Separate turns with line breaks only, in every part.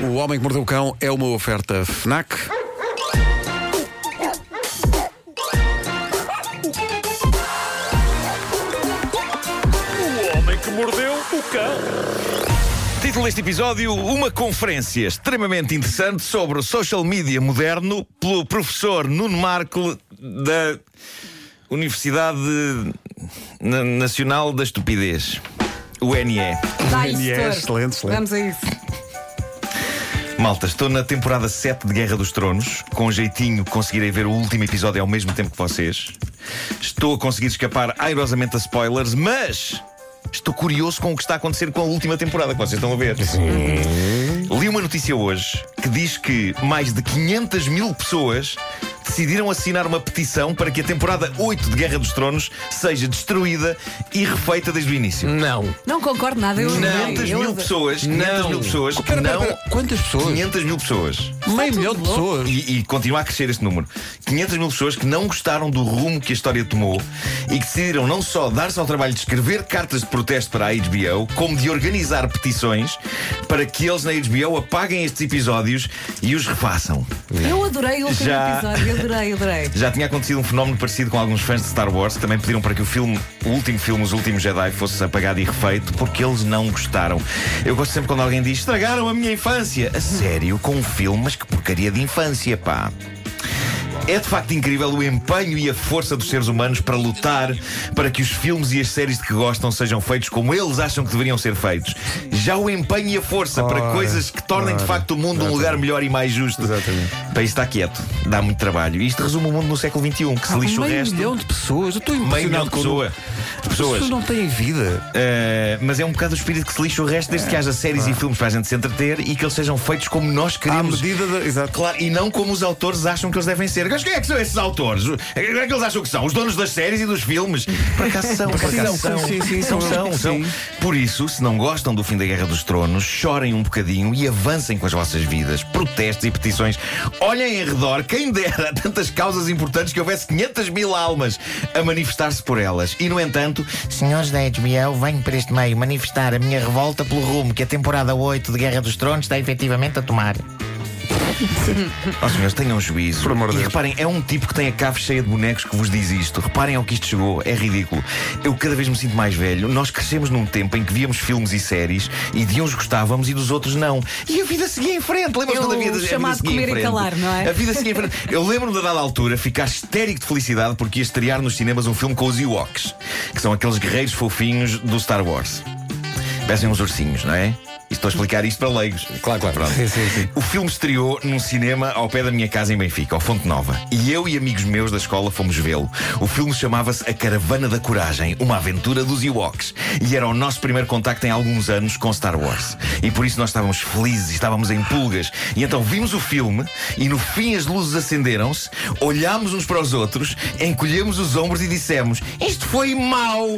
O Homem que Mordeu o Cão é uma oferta FNAC.
O homem que mordeu o cão.
Título deste episódio: Uma conferência extremamente interessante sobre o social media moderno pelo professor Nuno Marco da Universidade Na- Nacional da Estupidez, UNE.
Dá isso,
É,
Thor.
excelente, excelente.
Vamos a isso.
Malta, estou na temporada 7 de Guerra dos Tronos. Com jeitinho, conseguirei ver o último episódio ao mesmo tempo que vocês. Estou a conseguir escapar airosamente a spoilers, mas estou curioso com o que está a acontecer com a última temporada que vocês estão a ver. Uhum. Li uma notícia hoje que diz que mais de 500 mil pessoas decidiram assinar uma petição para que a temporada 8 de Guerra dos Tronos seja destruída e refeita desde o início.
Não.
Não concordo nada. Eu
500
eu-
mil pessoas, 500 mil pessoas que
Espera, espera,
não.
espera. Quantas pessoas?
500 mil pessoas.
Meio milhão de
tudo louco.
pessoas.
E, e continua a crescer este número. 500 mil pessoas que não gostaram do rumo que a história tomou e que decidiram não só dar-se ao trabalho de escrever cartas de protesto para a HBO, como de organizar petições para que eles na HBO apaguem estes episódios e os refaçam.
Eu adorei o último
Já.
episódio. Adorei, adorei.
Já tinha acontecido um fenómeno parecido com alguns fãs de Star Wars que também pediram para que o filme, o último filme, Os Últimos Jedi, fosse apagado e refeito porque eles não gostaram. Eu gosto sempre quando alguém diz: estragaram a minha infância. A sério, com um filme, mas que porcaria de infância, pá. É de facto incrível o empenho e a força dos seres humanos para lutar para que os filmes e as séries de que gostam sejam feitos como eles acham que deveriam ser feitos. Já o empenho e a força para
Ora,
coisas que tornem de
ora.
facto o mundo um lugar melhor e mais justo.
Exatamente.
País está quieto, dá muito trabalho. E isto resume o mundo no século XXI, que se lixa o
Ah, meio
resto.
milhão de pessoas. Eu estou
Meio
impressionado
milhão de
com o
pessoa-
número.
de
As
pessoas.
pessoas não têm vida.
Eh, mas é um bocado o espírito que se lixa o resto, desde que haja séries e filmes para a gente se entreter e que eles sejam feitos como nós
À
queremos.
medida da. Exato.
Claro, e não como os autores acham que eles devem ser. Mas quem é que são esses autores? Quem é que eles acham que são? Os donos das séries e dos filmes? Por acaso são, por
Sim,
acaso
não,
são.
sim, sim,
são,
sim,
são,
sim.
são. Por isso, se não gostam do fim da Guerra dos Tronos, chorem um bocadinho e avancem com as vossas vidas. Protestos e petições. Olhem em redor, quem dera há tantas causas importantes que houvesse 500 mil almas a manifestar-se por elas. E, no entanto,
Senhores da HBO, venho para este meio manifestar a minha revolta pelo rumo que a temporada 8 de Guerra dos Tronos está efetivamente a tomar.
Ó senhores, tenham juízo.
Por amor de
e
Deus.
reparem, é um tipo que tem a cave cheia de bonecos que vos diz isto. Reparem ao que isto chegou, é ridículo. Eu cada vez me sinto mais velho. Nós crescemos num tempo em que víamos filmes e séries e de uns gostávamos e dos outros não. E a vida seguia em frente. Lembras
É
quando a
o
vida, a vida
chamado
seguia
comer
em
e
frente?
calar, não é?
A vida seguia em frente. Eu lembro-me da dada altura ficar histérico de felicidade porque ia estrear nos cinemas um filme com os Ewoks, que são aqueles guerreiros fofinhos do Star Wars. Parecem uns ursinhos, não é? E Estou a explicar isto para leigos. Claro, claro. Pronto.
Sim, sim, sim.
O filme estreou num cinema ao pé da minha casa em Benfica, ao Fonte Nova. E eu e amigos meus da escola fomos vê-lo. O filme chamava-se A Caravana da Coragem, uma aventura dos Ewoks. E era o nosso primeiro contacto em alguns anos com Star Wars. E por isso nós estávamos felizes, estávamos em pulgas. E então vimos o filme e no fim as luzes acenderam-se, olhámos uns para os outros, encolhemos os ombros e dissemos: Isto foi mau!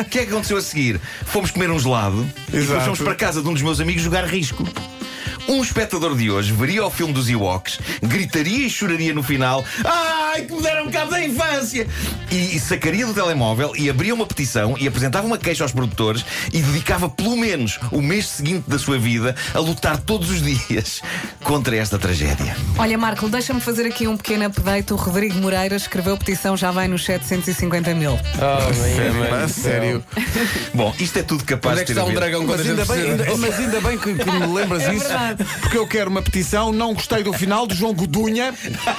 O que é que aconteceu a seguir? Fomos comer um gelado e
Exato.
depois fomos para casa de um dos meus amigos jogar risco. Um espectador de hoje veria o filme dos Ewoks, gritaria e choraria no final: Ai, que me deram cabo da infância! E sacaria do telemóvel e abria uma petição e apresentava uma queixa aos produtores e dedicava pelo menos o mês seguinte da sua vida a lutar todos os dias contra esta tragédia.
Olha, Marco, deixa-me fazer aqui um pequeno update. O Rodrigo Moreira escreveu petição, já vai nos 750 mil.
A sério.
Bom, isto é tudo capaz
Onde é que
de ter
está um
havido-
dragão quando
Mas
a gente
ainda, bem,
precisa?
ainda- mas ainda bem que, que me lembras isso,
É verdade.
porque eu quero uma petição. Não gostei do final do João Godunha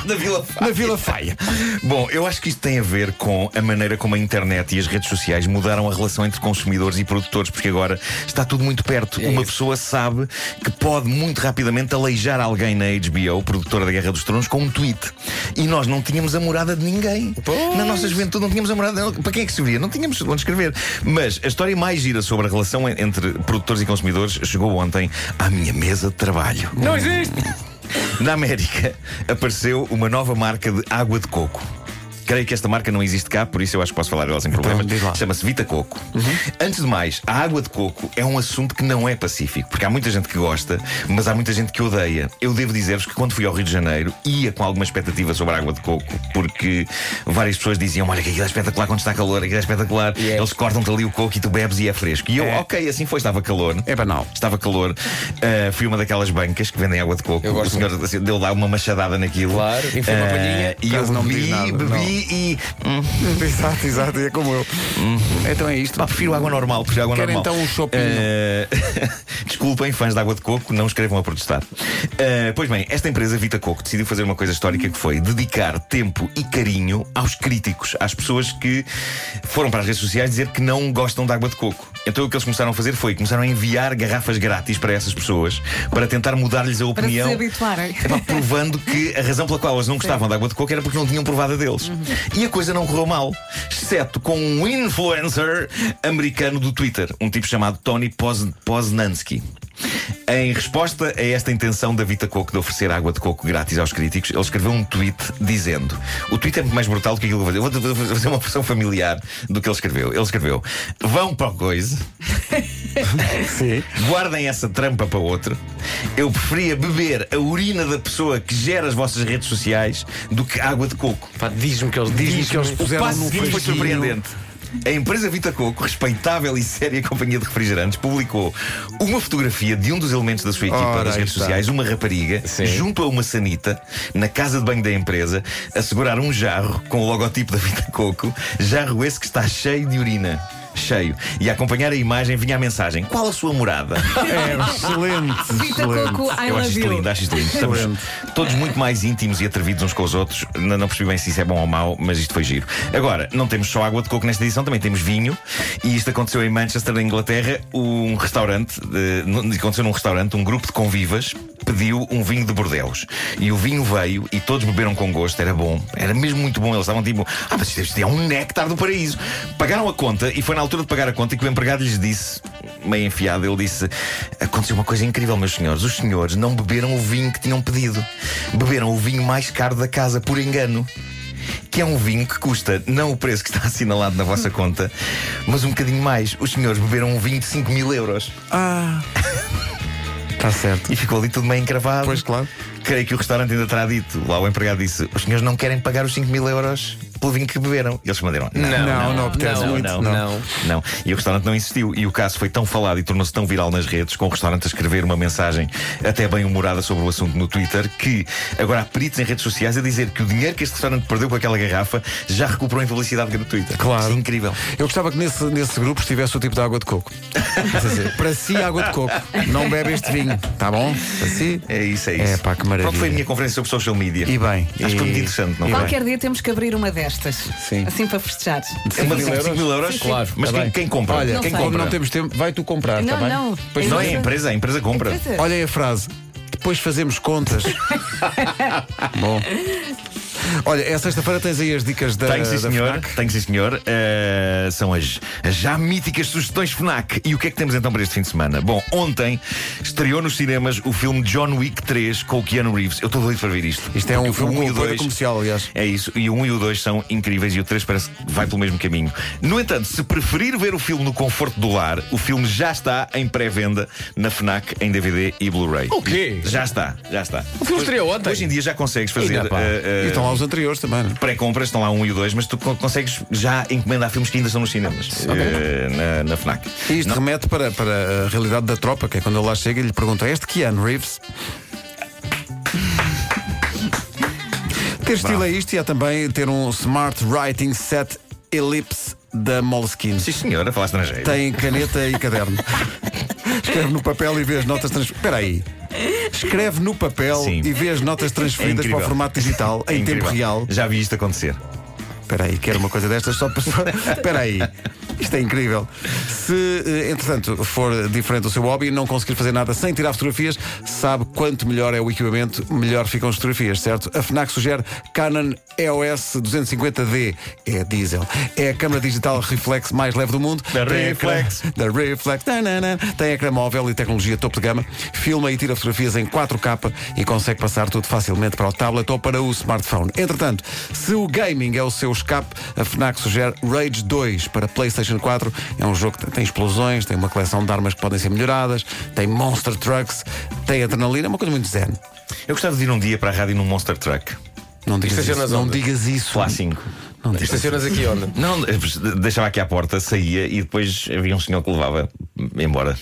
da Vila Fá.
na Vila Faia.
Bom, eu acho que isto tem a ver com a maneira como a internet e as redes sociais mudaram a relação entre consumidores e produtores, porque agora está tudo muito perto. Uma pessoa sabe que pode muito rapidamente aleijar alguém na HBO, produtora da Guerra dos Tronos, com um tweet. E nós não tínhamos a morada de ninguém. Na nossa juventude não tínhamos a morada. Para quem é que se via? Não tínhamos onde escrever. Mas a história mais gira sobre a relação en- entre produtores e consumidores chegou ontem à minha mesa de trabalho. Hum.
Não existe!
Na América apareceu uma nova marca de água de coco. Creio que esta marca não existe cá, por isso eu acho que posso falar dela sem problemas.
Então, diz lá. Uhum.
Chama-se Vita Coco. Antes de mais, a água de coco é um assunto que não é pacífico, porque há muita gente que gosta, mas há muita gente que odeia. Eu devo dizer-vos que quando fui ao Rio de Janeiro, ia com alguma expectativa sobre a água de coco, porque várias pessoas diziam: Olha, que aquilo é espetacular quando está calor, aquilo é espetacular. Eles cortam-te ali o coco e tu bebes e é fresco. E eu,
É.
ok, assim foi, estava calor.
É banal.
Estava calor. Uh, fui a uma daquelas bancas que vendem água de coco.
Eu gosto
o senhor assim, deu lá uma machadada naquilo.
Claro, e foi uma
Uh,
palhinha.
E eu
Caso não me diz
bebi,
nada,
bebi
não.
e. hum,
exato, exato, é como eu. Então é isto.
pá, prefiro água normal, prefiro água
Quero
normal.
então um chopinho.
Eh, Desculpem, fãs de água de coco, não escrevam a protestar. Eh, pois bem, esta empresa Vita Coco decidiu fazer uma coisa histórica que foi dedicar tempo e carinho aos críticos, às pessoas que foram para as redes sociais dizer que não gostam de água de coco. Então o que eles começaram a fazer foi começaram a enviar garrafas grátis para essas pessoas para tentar mudar-lhes a
Para
opinião.
se habituarem.
Epá, É provando que a razão pela qual elas não gostavam de água de coco era porque não tinham provado a deles. E a coisa não correu mal, exceto com um influencer americano do Twitter, um tipo chamado Tony Poz- Poznanski. Em resposta a esta intenção da Vita Coco de oferecer água de coco grátis aos críticos, ele escreveu um tweet dizendo: O tweet é muito mais brutal do que aquilo que eu vou fazer. Eu vou fazer uma versão familiar do que ele escreveu. Ele escreveu: Vão para o coisa. Guardem essa trampa para outro. Eu preferia beber a urina da pessoa que gera as vossas redes sociais do que água de coco.
Pá, diz-me que eles
Diz-me que eles
O
puseram
passo
num
seguinte foi
frasquinho.
surpreendente. A empresa Vita Coco, respeitável e séria companhia de refrigerantes, publicou uma fotografia de um dos elementos da sua equipa
Ora,
das
aí
redes
está.
sociais, uma rapariga,
Sim.
junto a uma sanita, na casa de banho da empresa, a segurar um jarro com o logotipo da Vita Coco, jarro esse que está cheio de urina. Cheio. E a acompanhar a imagem vinha a mensagem: Qual a sua morada?
É excelente.
Vita Coco, I
Eu acho
love
isto
you.
lindo, acho isto lindo. Estamos
Excelente.
todos muito mais íntimos e atrevidos uns com os outros. Não, não percebi bem se isso é bom ou mau, mas isto foi giro. Agora, não temos só água de coco nesta edição, também temos vinho. E isto aconteceu em Manchester, na Inglaterra. Um restaurante, eh, num- aconteceu num restaurante, um grupo de convivas pediu um vinho de Bordeus. E o vinho veio e todos beberam com gosto, era bom, era mesmo muito bom. Eles estavam tipo, ah, mas isto- isto é um néctar do paraíso. Pagaram a conta e foi na altura de pagar a conta que o empregado lhes disse, meio enfiado, ele disse: Aconteceu uma coisa incrível, meus senhores. Os senhores não beberam o vinho que tinham pedido. Beberam o vinho mais caro da casa, por engano. Que é um vinho que custa não o preço que está assinalado na vossa conta, mas um bocadinho mais. Os senhores beberam um vinho de 5 mil euros
Está Ah. Tá certo.
e ficou ali tudo meio encravado.
Pois, claro.
Creio que o restaurante ainda terá dito. Lá o empregado disse: Os senhores não querem pagar os 5 mil euros pelo vinho que beberam. E eles responderam: Não.
Não, não, apetece
não,
muito.
não,
não.
não.
Não. E o restaurante não insistiu. E o caso foi tão falado e tornou-se tão viral nas redes, com o restaurante a escrever uma mensagem até bem humorada sobre o assunto no Twitter, que agora há peritos em redes sociais a dizer que o dinheiro que este restaurante perdeu com aquela garrafa já recuperou em publicidade gratuita.
Claro.
Isto é incrível.
Eu gostava que nesse, nesse grupo estivesse o tipo de água de coco. Quer dizer, Para si, água de coco. Não bebe este vinho, tá bom? Para si.
É isso, é isso.
É, pá, que maravilha.
Pronto, foi a minha conferência sobre social media.
E bem.
Acho que foi
E-
muito interessante, não
e
foi?
bem.
Qualquer dia temos que abrir uma destas.
Sim.
Assim para festejar.
É uma de 5
euros?
mil euros?
Sim, sim. Claro,
Mas
tá
quem,
bem.
quem compra?
Olha,
Não
quem
sei.
como
compra?
não temos tempo, vai tu comprar, tá
Não,
bem?
não.
Pois
Não é a empresa, é a empresa que compra.
Empresa.
Olhem a frase. Depois fazemos contas. Bom. Olha, é sexta-feira tens aí as dicas da.
Tenho sim,
da
senhor.
FNAC.
Tenho sim, senhor. Eh, são as as já míticas sugestões FNAC. E o que é que temos então para este fim de semana? Bom, ontem estreou nos cinemas o filme John Wick 3 com o Keanu Reeves. Eu estou doido para ver isto.
Isto é um
O
filme
um
com
e o
apoio
dois-
comercial, aliás.
É isso, e o 1 e o 2 são incríveis e o 3 parece que vai pelo mesmo caminho. No entanto, se preferir ver o filme no conforto do lar, o filme já está em pré-venda na Fnac, em DVD e Blu-ray.
O quê?
Já está, já está.
O filme estreou
Hoje-
ontem.
Hoje em dia já consegues fazer.
Ainda, pá.
E
eh, eh,
estão lá os anteriores também. não é?
pré-compras, estão lá um e o dois, mas tu con- consegues já encomendar filmes que ainda são nos cinemas eh, na, na FNAC.
E isto remete para, para a realidade da tropa, que é quando ele lá chega e lhe pergunta: Este Keanu Reeves? ter estilo é isto e há também ter um Smart Writing Set Ellipse da Moleskine.
Sim, senhora, falaste estrangeiro.
Tem caneta e caderno. Escreve no papel e vê as notas transferidas. Espera aí. Escreve no papel
Sim. É
e vê as notas transferidas para o
incrível.
formato digital
É
em tempo
incrível.
real.
Já vi isto acontecer.
Espera aí, quero uma coisa destas só para. Espera aí. Isto é incrível. Se, eh, entretanto, for diferente o seu hobby e não conseguir fazer nada sem tirar fotografias, sabe quanto melhor é o equipamento, melhor ficam as fotografias, certo? A FNAC sugere Canon EOS 250D. É diesel. É a câmara digital reflex mais leve do mundo.
Da
Tem ecrã-
Reflex.
da Reflex. Tanana. Tem ecrã móvel e tecnologia topo de gama. Filma e tira fotografias em 4K e consegue passar tudo facilmente para o tablet ou para o smartphone. Entretanto, se o gaming é o seu escape, a FNAC sugere Rage 2 para PlayStation 4. É um jogo que tem explosões, tem uma coleção de armas que podem ser melhoradas, tem monster trucks, tem adrenalina, é uma coisa muito zen.
Eu gostava de ir um dia para a rádio num Monster Truck.
Não digas isso.
Estacionas
Não
onde?
digas isso.
Lá 5.
Não digas isso.
Estacionas aqui onde?
é assim. Não, eh, deixava aqui à porta, saía e depois havia um senhor que levava embora.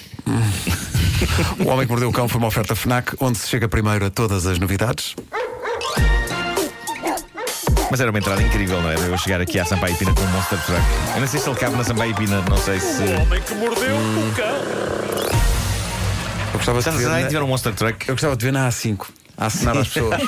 O Homem que Mordeu o Cão foi uma oferta FNAC, onde se chega primeiro a todas as novidades.
Mas era uma entrada incrível, não era? Eu chegar aqui à Sampaio Pina com um Monster Truck. Eu não sei se ele cabe na Sampaio Pina, não sei se.
O homem que mordeu o cão.
Eu gostava de
Já
ver,
já
na-
tiveram um Monster Truck?
eu gostava de ver na A5, a assinar às pessoas.